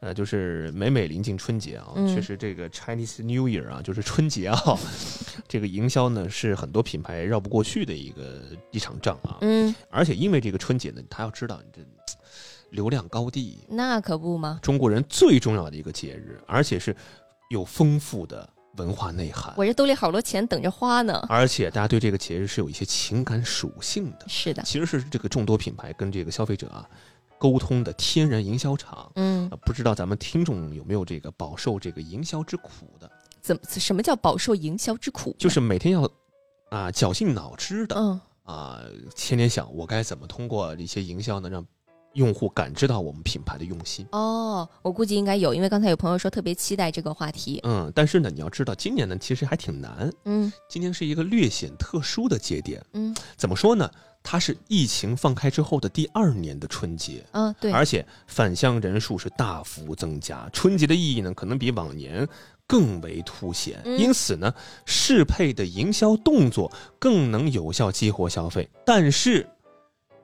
呃，就是每每临近春节啊，嗯确实这个 Chinese New Year 啊，就是春节啊， 这个营销呢是很多品牌绕不过去的一个一场仗啊。嗯，而且因为这个春节呢，他要知道你这流量高地，那可不吗？中国人最重要的一个节日，而且是有丰富的文化内涵，我这兜里好多钱等着花呢。而且大家对这个节日是有一些情感属性的，是的，其实是这个众多品牌跟这个消费者啊沟通的天然营销场。嗯啊，不知道咱们听众有没有这个饱受这个营销之苦的，怎么什么叫饱受营销之苦呢？就是每天要啊绞尽脑汁的嗯啊，天天想我该怎么通过一些营销呢，让用户感知到我们品牌的用心。哦，我估计应该有，因为刚才有朋友说特别期待这个话题。嗯，但是呢，你要知道，今年呢其实还挺难。嗯今年是一个略显特殊的节点，嗯怎么说呢？它是疫情放开之后的第二年的春节，啊，对，而且返乡人数是大幅增加。春节的意义呢，可能比往年更为凸显。嗯因此呢，适配的营销动作更能有效激活消费，但是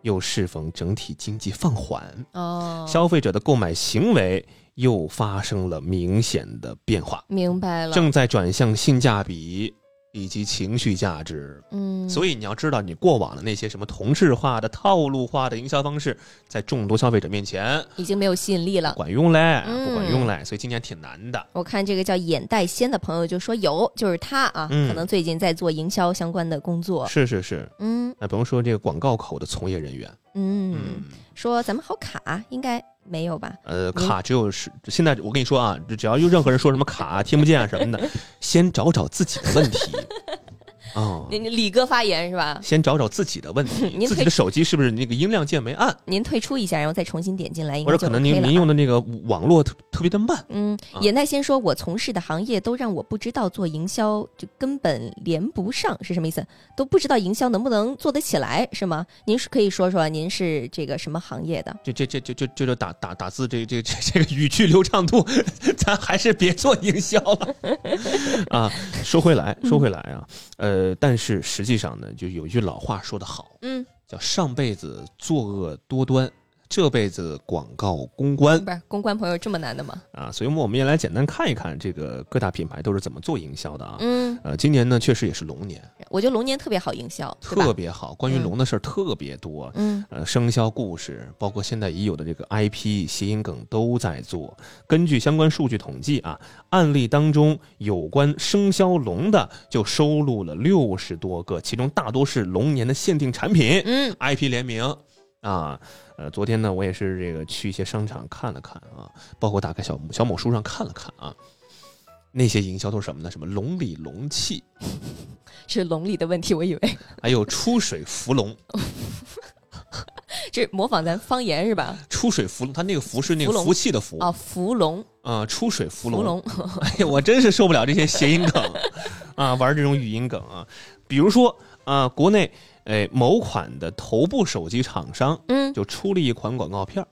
又适逢整体经济放缓，哦，消费者的购买行为又发生了明显的变化。明白了，正在转向性价比以及情绪价值。嗯，所以你要知道，你过往的那些什么同质化的、套路化的营销方式，在众多消费者面前已经没有吸引力不了。管用嘞，嗯不管用嘞，所以今年挺难的。我看这个叫眼带仙的朋友就说有，就是他啊，嗯可能最近在做营销相关的工作。是是是，嗯那不用说这个广告口的从业人员，嗯，，说咱们好卡，应该没有吧？呃，您卡只有是现在我跟你说啊，只要有任何人说什么卡听不见啊什么的， 先找找自己的问题啊，您李哥发言是吧？ 先找找自己的问题，您自己可以的手机是不是那个音量键没按？您退出一下，然后再重新点进来，应或该者就可 OK 了。能您您用的那个网络特特别的慢，嗯啊，眼带仙说，我从事的行业都让我不知道做营销就根本连不上，是什么意思？都不知道营销能不能做得起来，是吗？您是可以说说您是这个什么行业的？这这这这这这就打打打字这这这这个语句流畅度， 咱还是别做营销了 啊。说回来，说回来啊，呃，但是实际上呢，就有一句老话说得好，嗯，叫上辈子作恶多端，这辈子广告公关不是公关朋友这么难的吗？啊。所以我们也来简单看一看这个各大品牌都是怎么做营销的啊。嗯，呃，今年呢确实也是龙年，我觉得龙年特别好营销，对吧特？别好，关于龙的事儿特别多，嗯呃，生肖故事，包括现在已有的这个 IP 谐音梗都在做。根据相关数据统计啊，案例当中有关生肖龙的就收录了六十多个，其中大多是龙年的限定产品、嗯 IP 联名啊。呃，昨天呢，我也是这个去一些商场看了看啊，包括打开小小某书上看了看啊，那些营销都是什么呢？什么龙里龙气，是龙里的问题，我以为还有出水芙蓉。这模仿咱方言是吧？出水芙蓉，它那个福是那个芙蓉福气的福啊，伏龙，啊，出水芙伏蓉。龙，哎呀， 我真是受不了这些谐音梗啊，玩这种语音梗啊。比如说啊，国内哎某款的头部手机厂商嗯，就出了一款广告片儿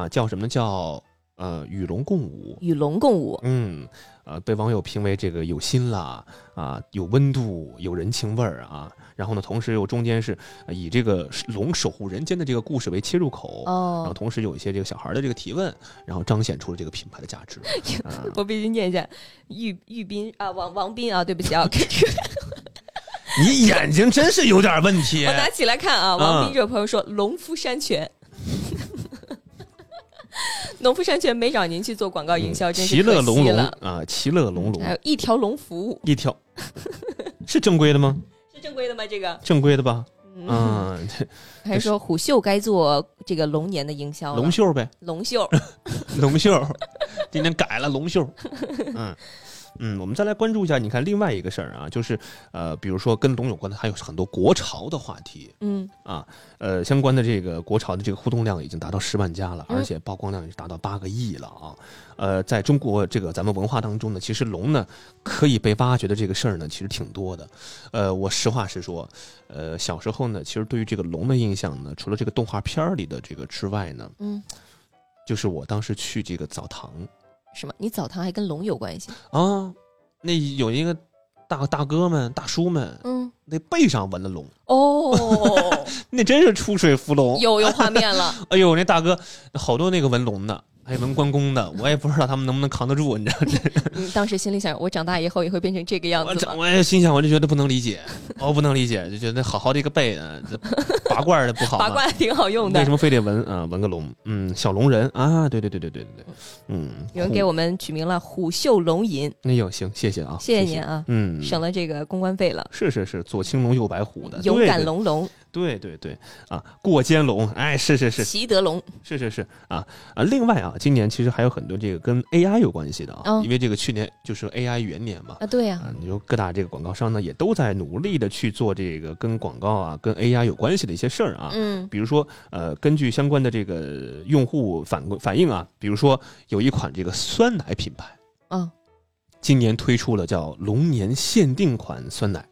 啊，叫什么呢叫呃与龙共舞。与龙共舞，嗯，呃，被网友评为这个有心啦，啊，有温度，有人情味儿啊。然后呢，同时又中间是呃以这个龙守护人间的这个故事为切入口，然后哦， 同时有一些这个小孩的这个提问，然后彰显出了这个品牌的价值。啊、我必须念一下，玉玉斌啊，王王斌啊，对不起 啊，你眼睛真是有点问题我拿起来看啊，王斌嗯这位朋友说农夫山泉。 农夫山泉没找您去做广告营销，真是嗯其可乐惜融融了。哎啊，其乐融还融，有一条龙服务一条是正规的 吗？是正规的吗？这个，正规的吧？嗯，还是说虎嗅该做这个龙年的营销了？龙袖呗， 龙秀，龙袖，今天改了龙袖。嗯，嗯，我们再来关注一下，你看另外一个事儿啊，就是呃，比如说跟龙有关的，还有很多国潮的话题嗯，啊，呃，相关的这个国潮的这个互动量已经达到十万加了，嗯而且曝光量也是达到八个亿了啊。呃，在中国这个咱们文化当中呢，其实龙呢可以被挖掘的这个事儿呢，其实挺多的。呃，我实话实说，呃，小时候呢，其实对于这个龙的印象呢，除了这个动画片儿里的这个之外呢，嗯，就是我当时去这个澡堂。什么？你澡堂还跟龙有关系？啊，那有一个大大哥们、大叔们，嗯，那背上纹了龙，哦，那真是出水芙蓉。 有有画 面了，哎呦，那大哥好多那个纹龙的，还有纹关公 的，我也不知道他们能不能扛得住，你知道你嗯当时心里想，我长大以后也会变成这个样我子这吗？我也心想，我就觉得不能理 解，我不能理解，就觉得好好的一个背，呃这拔罐儿的不好八吗？卦挺好用为什的。么非得纹啊、纹个龙？嗯，小龙人啊，对对对对对对对，嗯，有人给我们取名了“虎嗅龙吟哎呦，行，谢谢啊”，，谢谢谢您，啊，嗯，省了这个公关费了。是是是，左青龙右白虎的，勇对敢对龙龙，对对对，啊，过肩龙，哎，是是是习得龙，是是是啊啊！另外啊，今年其实还有很多这个跟 AI 有关系的啊，嗯因为这个去年就是 AI 元年嘛。啊，对呀、啊，你说各大这个广告商呢，也都在努力的去做这个跟广告啊、跟 AI 有关系的一些事儿啊。嗯比如说，呃，根据相关的这个用户反馈反映啊，比如说有一款这个酸奶品牌，啊，今年推出了叫龙年限定款酸奶，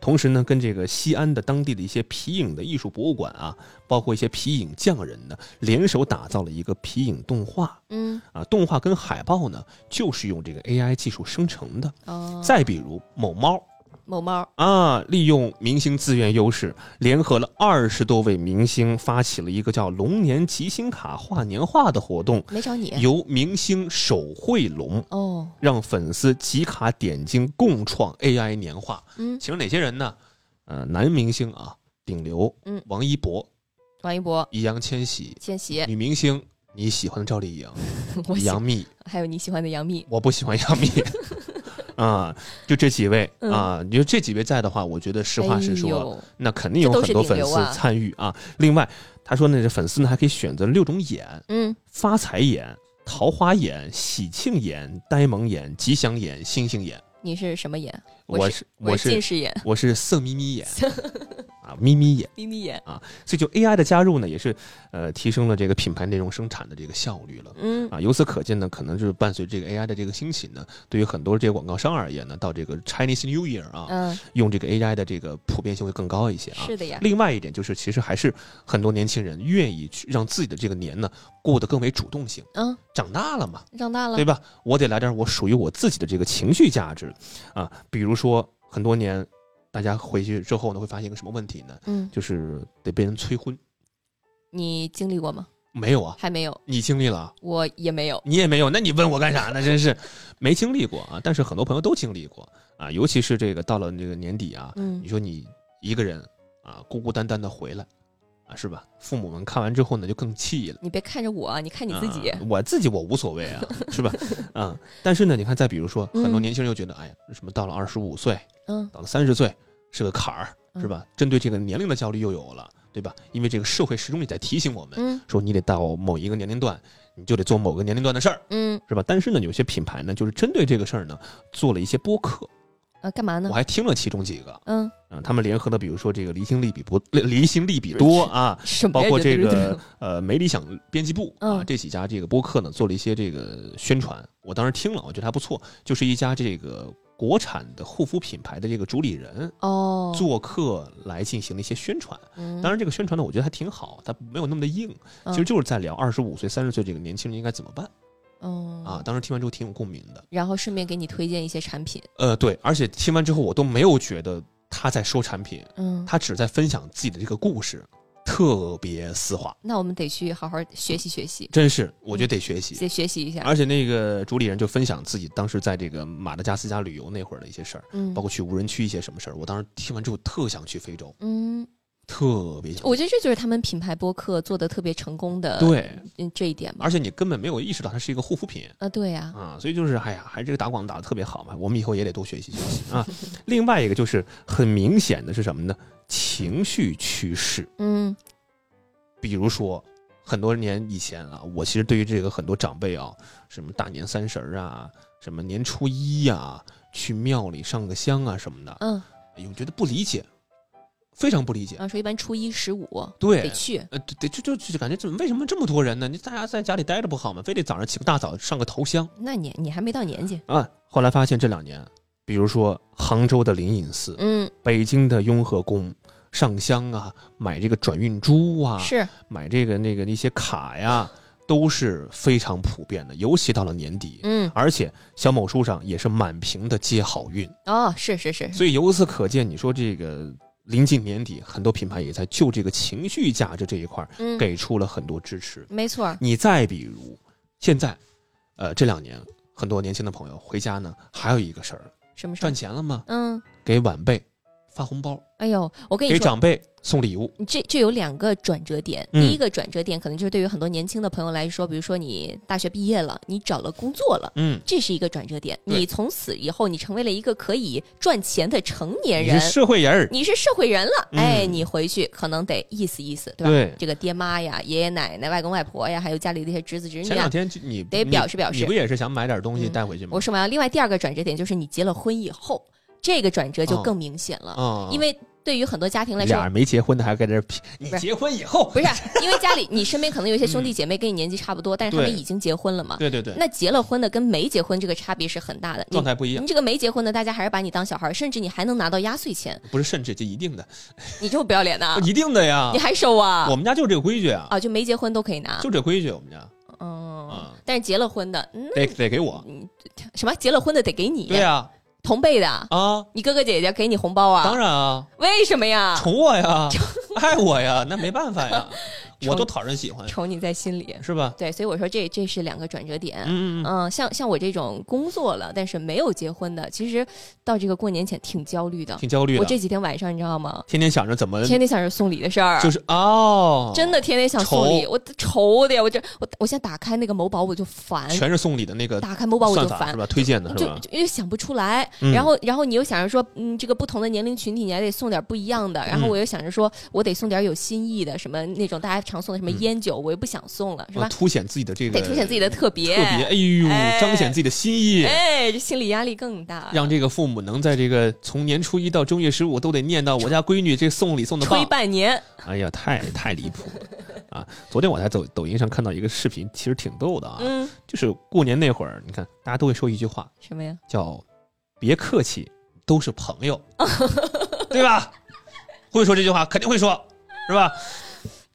同时呢，跟这个西安的当地的一些皮影的艺术博物馆啊，包括一些皮影匠人呢，联手打造了一个皮影动画嗯啊，动画跟海报呢，就是用这个 AI 技术生成的。哦，再比如某猫某猫，啊，利用明星资源优势，联合了二十多位明星，发起了一个叫“龙年吉星卡画年画”的活动，没找你由明星手绘龙。哦，让粉丝集卡点睛共创 AI 年画，嗯，请哪些人呢？呃，男明星啊，顶流，嗯王一博、王一博、易烊千玺；千玺，女明星，你喜欢的赵丽颖、 我喜杨幂，还有你喜欢的杨幂，我不喜欢 杨幂。啊，就这几位嗯啊，你就这几位在的话，我觉得实话实哎说，呦那肯定有很多这都是顶粉流啊丝参与啊。另外，他说那这粉丝呢还可以选择六种眼：嗯，发财眼、桃花眼、喜庆眼、呆萌眼、吉祥眼、星星眼。你是什么眼？我是是我是近是视眼、 我是色眯眯眼啊，眯眯眼，眯眯眼，所以就 AI 的加入呢，也是呃提升了这个品牌内容生产的这个效率了。嗯，啊，由此可见呢，可能就是伴随这个 AI 的这个兴起呢，对于很多这个广告商而言呢，到这个 Chinese New Year 啊，嗯，用这个 AI 的这个普遍性会更高一些啊。是的呀，另外一点就是，其实还是很多年轻人愿意去让自己的这个年呢过得更为主动性。嗯，长大了嘛，长大了对，吧？我得来点我属于我自己的这个情绪价值啊。比如说，很多年大家回去之后呢，会发现一个什么问题呢？嗯，就是得被人催婚。你经历过吗？没有啊，还没有，你经历了啊，我也没有，你也没有，那你问我干啥呢？真是没经历过啊。但是很多朋友都经历过啊，尤其是这个到了这个年底啊，嗯你，说你一个人啊，孤孤单单的回来啊，是吧？父母们看完之后呢，就更气了。你别看着我，你看你自己啊，我自己我无所谓啊， 是吧？啊，但是呢，你看，再比如说，很多嗯年轻人又觉得，哎呀，什么到了二十五岁，嗯，到了三十岁是个坎儿，嗯是？吧？针对这个年龄的焦虑又有了，对吧？因为这个社会始终也在提醒我们，嗯说你得到某一个年龄段，你就得做某个年龄段的事儿，嗯，是吧？但是呢，有些品牌呢，就是针对这个事儿呢，做了一些播客，啊，干嘛呢我？还听了其中几个。嗯，嗯，他们联合的，比如说这个离心力比不离心力比多啊，什么包呀括这，对对个对呃没理想编辑部啊嗯这几家这个播客呢做了一些这个宣传，我当时听了，我觉得还不错，就是一家这个国产的护肤品牌的这个主理人哦，做客来进行了一些宣传。嗯，当然，这个宣传呢，我觉得还挺好，它没有那么的硬，嗯其实就是在聊二十五岁、三十岁这个年轻人应该怎么办嗯啊。，当时听完之后挺有共鸣的，然后顺便给你推荐一些产品，呃，对，而且听完之后我都没有觉得他在说产品，嗯，他只在分享自己的这个故事，特别丝滑，那我们得去好好学习学习，真是我觉得得学习。得学习一下，而且那个主理人就分享自己当时在这个马达加斯加旅游那会儿的一些事儿，嗯包括去无人区一些什么事儿。我当时听完之后特想去非洲，嗯，特别想去。我觉得这就是他们品牌播客做的特别成功的，对，嗯，这一点吧。而且你根本没有意识到它是一个护肤品啊，对呀、啊，所以就是哎呀，还是这个打广打的特别好嘛。我们以后也得多学习学习啊。另外一个就是很明显的是什么呢？情绪趋势，嗯比如说很多年以前啊，我其实对于这个很多长辈啊，什么大年三十儿啊，什么年初一呀、去庙里上个香啊什么的，嗯，哎呦，觉得不理解，非常不理解。然后说一般初一十五对，得去，呃，对，就就就感觉怎么为什么这么多人呢？你大家在家里待着不好吗？非得早上起个大早上个头香那你你还没到年纪，啊？后来发现这两年，比如说杭州的灵隐寺、嗯，北京的雍和宫上香啊，买这个转运珠啊，是，买这个那个那些卡呀，都是非常普遍的，尤其到了年底。嗯，而且小某书上也是满屏的接好运，哦，是是是，所以由此可见，你说这个临近年底，很多品牌也在就这个情绪价值这一块儿嗯，给出了很多支持。没错儿，你再比如，现在，呃，这两年很多年轻的朋友回家呢，还有一个事儿，什么事儿赚？钱了吗？嗯，给晚辈发红包，哎呦，我跟你给说，长辈送礼物。这这有两个转折点。嗯第一个转折点可能就是对于很多年轻的朋友来说，比如说你大学毕业了，你找了工作了。嗯，这是一个转折点，对你从此以后，你成为了一个可以赚钱的成年你人是，社会人儿，你是社会人了，嗯哎，你回去可能得意思意思，对吧？对这个爹妈呀、爷爷奶奶、外公外婆呀，还有家里的一些侄子侄前女两啊。天就你得你表示表示你不也是想买点东西嗯带回去吗？我说嘛，另外第二个转折点就是你结了婚以后，这个转折就哦更明显了，啊，因为对于很多家庭来说俩，人没结婚的还跟这儿拼，你不是结婚以后 不，是因为家里你身边可能有一些兄弟姐妹跟你年纪差不多，但是他对们已经结婚了嘛，对对对，那结了婚的跟没结婚这个差别是很大的。你状态不一样，你这个没结婚的，大家还是把你当小孩儿，甚至你还能拿到压岁 钱，不是甚至这一定的，你这么不要脸呐、一定的呀啊你。还收啊我？们家就这个规矩啊，啊，就没结婚都可以拿，就这规矩，我们家嗯啊，但是结了婚的，嗯，得得给我。什么结了婚的得给你，对啊呀，同辈的，啊，你哥哥姐姐给你红包啊？当然啊。为什么呀？宠我呀， 爱我呀，那没办法呀， 宠我都讨人喜欢，宠你啊在心里。是吧？对，所以我说这这是两个转折点。嗯嗯嗯，嗯，像像我这种工作了，但是没有结婚的，其实到这个过年前挺焦虑的。嗯挺焦虑我的，这几天晚上你知道吗？天天想着怎么天天想着送礼的事儿，就是哦，真的天天想送礼，愁我愁的呀！我这我我现在打开那个某宝我就烦，全是送礼的那个打开某宝我算就法烦是。吧？推荐的是就吧？啊就又想不出来，嗯然后然后你又想着说，嗯，这个不同的年龄群体你还得送点不一样的，然后嗯我又想着说我得送点有新意的，什么那种大家常送的什么嗯烟酒，我又不想送了，是吧啊？凸显自己的这个得凸显自己的特别，特别，哎呦，哎彰显自己的心意。哎，这心理压力更大，让这个父母能在这个从年初一到正月十五都得念叨我家闺女这送礼送的吹棒，半年，哎呀，太太离谱了啊！昨天我在抖抖音上看到一个视频，其实挺逗的啊，嗯，就是过年那会儿，你看大家都会说一句话，什么呀？叫“别客气，都是朋 友”，对吧？会说这句话，肯定会说，是吧？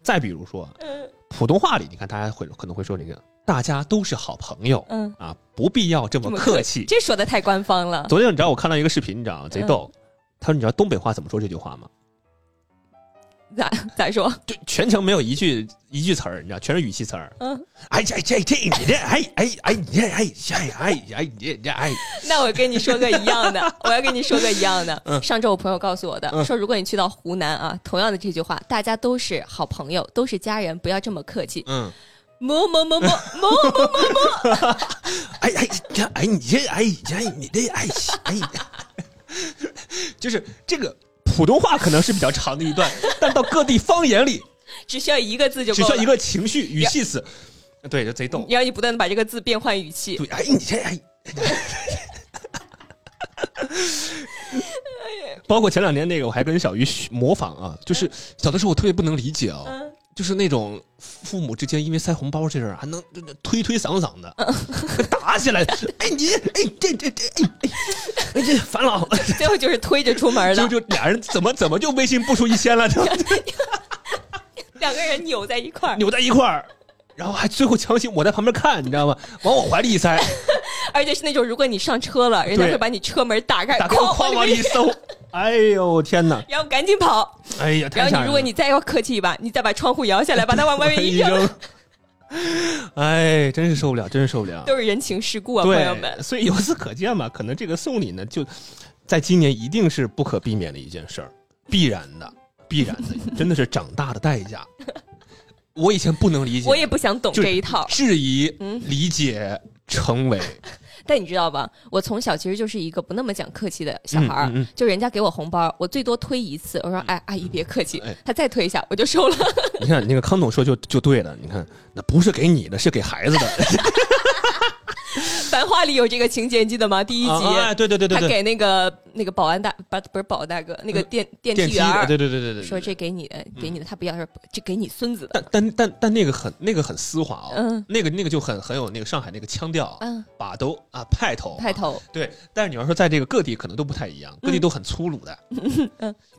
再比如说，嗯普通话里，你看大家会可能会说这个“大家都是好朋友嗯”，啊，不必要这么客气。这说的太官方了，昨天你知道我看到一个视频，你知道吗贼逗。他说：“你知道东北话怎么说这句话吗？咋咋说？ 就全程没有一句一句词儿，你知道，全是语气词儿。嗯，哎呀这这你这哎哎哎你这哎哎哎哎你这你这哎，那我跟你说个一样的，我要跟你说个一样的。嗯上周我朋友告诉我的，说如果你去到湖南啊，同样的这句话，大家都是好朋友，都是家人，不要这么客气。嗯，么么么么么么，哎哎这哎你这哎哎你这哎哎， 就是这个普通话可能是比较长的一段，但到各地方言里只需要一个字就只够需要了一。个情绪语气词，对，就贼逗。然后你不断的把这个字变换语气，对，哎你这哎。 包括前两天那个，我还跟小鱼学模仿啊，就是小的时候我特别不能理解啊、嗯就是那种父母之间因为塞红包这事儿啊还能呃推推搡搡的，打起来。哎你哎这这这哎哎哎这烦了，最后就是推着出门就的，就俩人怎么怎么就微信步出一千了， 就 两个人扭在一块儿，扭在一块儿，然后还最后强行我在旁边看，你知道吗？往我怀里一塞，而且是那种如果你上车了，人家对会把你车门打开，打开哐哐往里一搜，哎呦天哪！然后赶紧跑。哎呀，然太后吓你人如果了！你再要客气一把，你再把窗户摇下来，把它往外面 一扔，，哎，真是受不了，真是受不了。都是人情世故啊，朋友对，们。所以由此可见嘛，可能这个送礼呢，就在今年一定是不可避免的一件事儿，必然的，必然的，真的是长大的代价。我以前不能理解，我也不想懂就是这一套。质疑嗯、理解、成为，但你知道吧？我从小其实就是一个不那么讲客气的小孩儿，嗯嗯嗯就人家给我红包，我最多推一次，我说：“哎，阿姨别客气。哎他再推一下，我就收了。 你看你那个康总说就就对了，你看那不是给你的，是给孩子的。 《繁花》里有这个情节，你记得吗？第一集，啊啊哎对对对对他对，给那个那个保安大不不是保安大哥，那个电、嗯电电梯梯员的，儿对对对对对。说这给你的，给你的，他不要，说这给你孙子的。但但但但那个很那个很丝滑哦，嗯那个那个就很很有那个上海那个腔调，嗯，把头啊派头派头，对。但是你要说在这个各地可能都不太一样，各地都很粗鲁的，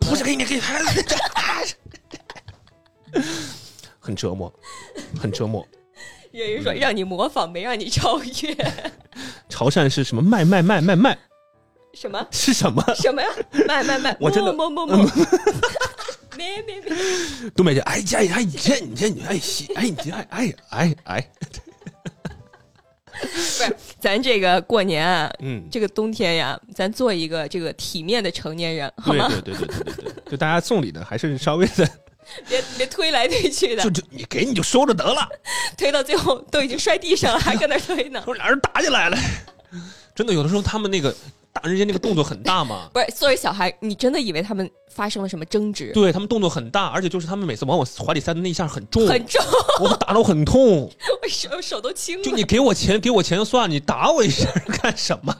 不是给你给孩子的，很折磨，很折磨。粤语说让你模仿，没让你超越。 潮汕是什么卖卖卖卖卖什么是什么？什么呀？卖卖卖！我真的嗯么么么 么。没没没，东北人哎呀哎呀，你这你这你哎西哎你这哎哎哎哎，咱这个过年啊，嗯，这个冬天呀，咱做一个这个体面的成年人，好对吗？对对对对对对，就大家送礼的还是稍微的， 别别推来推去的就，就你给你就收着得了。推到最后都已经摔地上了，还搁那推 呢。说俩人打起来了。真的，有的时候他们那个大人家那个动作很大嘛，不是，作为小孩，你真的以为他们发生了什么争执？对他们动作很大，而且就是他们每次往我怀里塞的那一下很重，很重，我打得我很痛。我手手都青就了。你给我钱，给我钱就算，你打我一下干什么？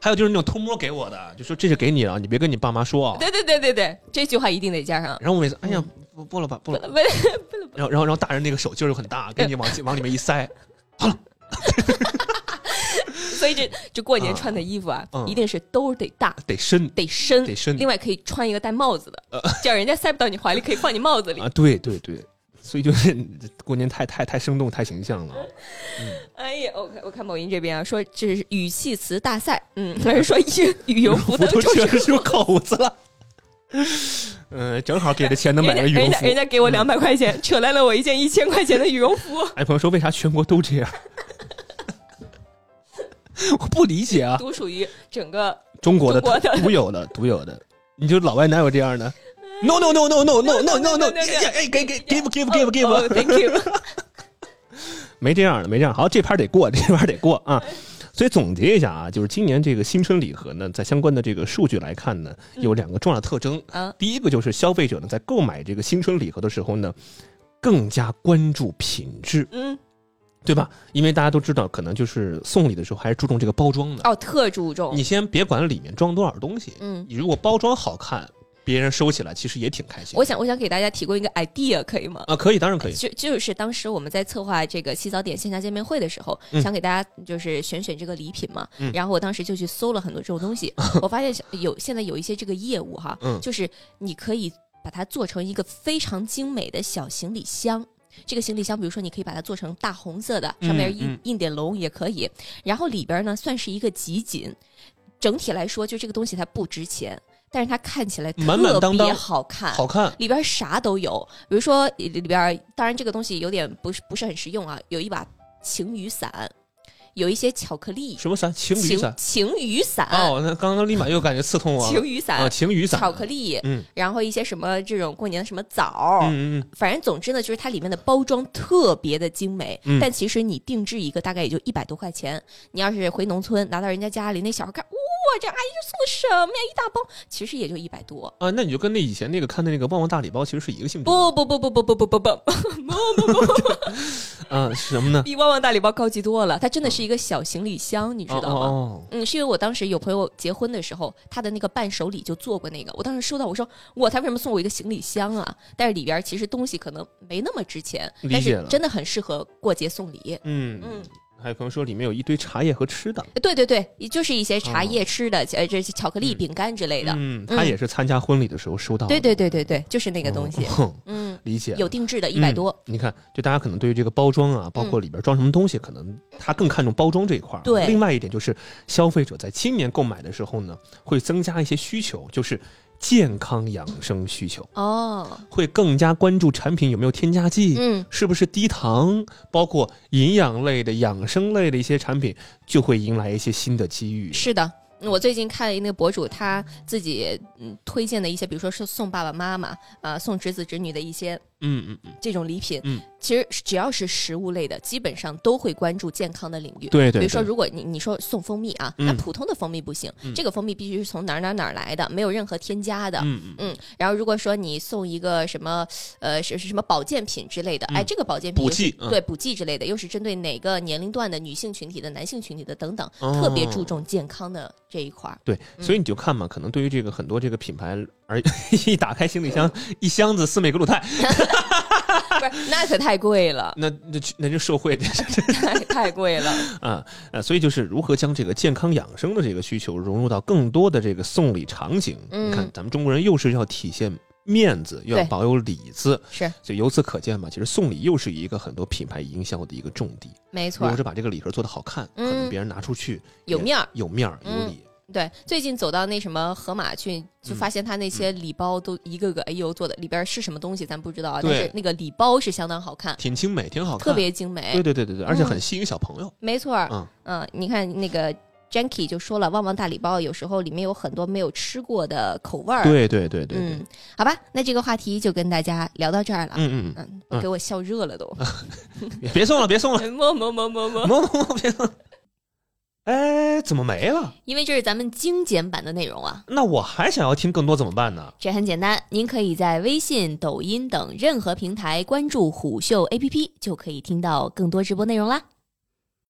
还有就是那种偷摸给我的，就说这是给你了，你别跟你爸妈说啊。 对对对对对，这句话一定得加上。然后我每次，哎呀，不不了吧，不了吧。不 是然后然后然后大人那个手劲儿又很大，给你 往往里面一塞，所以这这过年啊穿的衣服啊，嗯一定是兜儿得大，得伸呃得深，得深另外可以穿一个戴帽子的，这样人家塞不到你怀里，可以放你帽子 里啊。。对对对，所以就是过年太太太生动太形象了。哎呀，我看我看某音这边啊，说这是语气词大赛，嗯，还是说羽羽 绒服福 的都重视确实是有口子了。 嗯，正好给这钱能买人家个羽绒人家服。人家给我两百块钱，扯来了我一件一千块钱的羽绒服，哎，朋友说为啥全国都这样？ 我不理解啊，独属于整个中国的中国的独有的独有的，你就老外哪有这样的？No no no no no no no no no！哎，给给 give give give give，哦，thank you。没这样的，没这样。好，这盘得过，这盘得过啊。所以总结一下啊，就是今年这个新春礼盒呢，在相关的这个数据来看呢，有两个重要的特征。啊，第一个就是消费者呢，在购买这个新春礼盒的时候呢，更加关注品质，嗯，对吧？因为大家都知道，可能就是送礼的时候还是注重这个包装的。哦，特注重你，先别管里面装多少东西，嗯。你如果包装好看，别人收起来其实也挺开心。我想，我想给大家提供一个 idea，可以吗？啊，可以，当然可以。就就是当时我们在策划这个洗澡点线下见面会的时候，嗯想给大家就是选选这个礼品嘛。嗯然后我当时就去搜了很多这种 东西，我发现有现在有一些这个业务哈，嗯就是你可以把它做成一个非常精美的小行李箱。这个行李箱，比如说，你可以把它做成大红色的，上面嗯印、嗯印点龙也可以。然后里边呢，算是一个集锦。整体来说，就这个东西它不值钱，但是它看起来特满满当当别好看，好看，里边啥都有，比如说里里边，当然这个东西有点不是不是很实用啊，有一把晴雨伞，有一些巧克力，什么伞？晴雨伞。晴雨伞，哦，那刚刚立马又感觉刺痛我了。晴雨伞，啊，晴雨伞，巧克。力，嗯然后一些什么这种过年的什么枣。嗯嗯嗯，反正总之呢，就是它里面的包装特别的精美，嗯但其实你定制一个大概也就一百多块钱。你要是回农村拿到人家家里，那小孩看，哇、这阿姨这送的什么呀？一大包，其实也就一百多。啊，那你就跟那以前那个看的那个旺旺大礼包其实是一个性质。不不不不不不不不不，啊，是什么呢？ 比旺旺大礼包高级多了，它真的是一个小行李箱，你知道吗？嗯哦哦嗯，是因为我当时有朋友结婚的时候，他的那个伴手礼就做过那个。我当时收到，我说哇，他为什么送我一个行李箱啊？但是里边其实东西可能没那么值钱，理但解是了真的很适合过节送礼。嗯嗯嗯，还有朋友说里面有一堆茶叶和吃的，对对对，也就是一些茶叶、吃的，呃、这些巧克力、饼干之类的。哦嗯，他也是参加婚礼的时候收到的，对对对对对，就是那那个东西。 嗯，理解了有定制的，一百多。。哦嗯你看，就大家可能对于这个包装啊，包括里边装什么东西，可能他更看重包装这一块儿。对另外一点就是，消费者在今年购买的时候呢，会增加一些需求，就是健康养生需求，哦，会更加关注产品有没有添加剂。嗯，是不是低糖，包括营养类的、养生类的一些产品，就会迎来一些新的机遇。是的，嗯我最近看那个博主他自己嗯推荐的一些，比如说是送爸爸妈妈啊、呃送侄子侄女的一些嗯嗯嗯，这种礼品，嗯其实只要是食物类的，基本上都会关注健康的领域。对对对，比如说，如果你你说送蜂蜜啊，嗯那普通的蜂蜜不行，嗯这个蜂蜜必须是从哪儿哪儿哪儿来的，没有任何添加的。嗯嗯，嗯，然后如果说你送一个什么，呃，是是什么保健品之类的，嗯哎，这个保健品补又是剂，嗯对补剂之类的，又是针对哪个年龄段的女性群体的、男性群体的等等，哦特别注重健康的这一块儿。对，嗯所以你就看嘛，可能对于这个很多这个品牌，而 一打开行李箱，一箱子四美格鲁肽，，不是，那可太贵了 那那去那这社会这是太太贵了。啊呃，所以就是如何将这个健康养生的这个需求融入到更多的这个送礼场景。嗯你看，咱们中国人又是要体现面子，又要对保有里子，是所以由此可见嘛，其实送礼又是一个很多品牌营销的一个重地。没如错果，是把这个礼盒做得好看，可能嗯别人拿出去有也面儿。有面儿有嗯礼。对，最近走到那什么盒马去，嗯就发现他那些礼包都一个个哎呦做的，里边是什么东西咱不知道啊，但对是那个礼包是相当好看，挺精美，挺好看，特别精美对。对对对对，而且很吸引小朋友。没错儿，嗯嗯，你看那个 Janky 就说了，旺旺大礼包有时候里面有很多没有吃过的口味儿。，对对对对对，嗯，好吧，那这个话题就跟大家聊到这儿了。嗯嗯嗯，嗯给我笑 热了都，嗯，别送了，别送了，么么么么么。摸摸摸，别送了。哎，怎么没了？因为这是咱们精简版的内容啊。那我还想要听更多怎么办呢？这很简单，您可以在微信、抖音等任何平台关注虎嗅 APP，就可以听到更多直播内容啦。